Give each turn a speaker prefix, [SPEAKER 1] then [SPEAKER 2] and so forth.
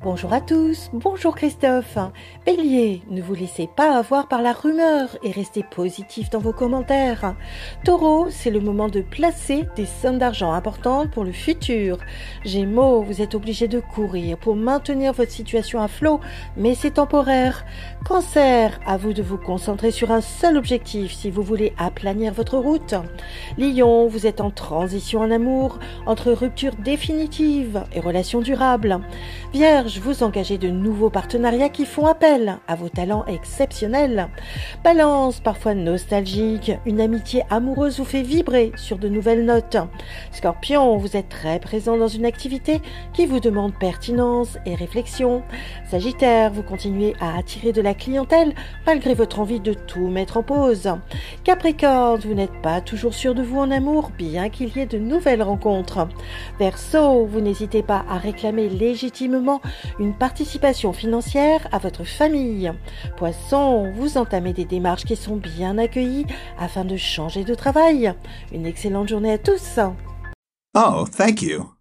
[SPEAKER 1] Bonjour à tous, bonjour Christophe. Bélier, ne vous laissez pas avoir par la rumeur et restez positif dans vos commentaires. Taureau, c'est le moment de placer des sommes d'argent importantes pour le futur. Gémeaux, vous êtes obligé de courir pour maintenir votre situation à flot, mais c'est temporaire. Cancer, à vous de vous concentrer sur un seul objectif si vous voulez aplanir votre route. Lion, vous êtes en transition en amour entre rupture définitive et relation durable. Vierge, vous engagez de nouveaux partenariats qui font appel à vos talents exceptionnels. Balance, parfois nostalgique, une amitié amoureuse vous fait vibrer sur de nouvelles notes. Scorpion, vous êtes très présent dans une activité qui vous demande pertinence et réflexion. Sagittaire, vous continuez à attirer de la clientèle malgré votre envie de tout mettre en pause. Capricorne, vous n'êtes pas toujours sûr de vous en amour, bien qu'il y ait de nouvelles rencontres. Verseau, vous n'hésitez pas à réclamer légitimement une participation financière à votre famille. Poisson, vous entamez des démarches qui sont bien accueillies afin de changer de travail. Une excellente journée à tous.
[SPEAKER 2] Oh, thank you.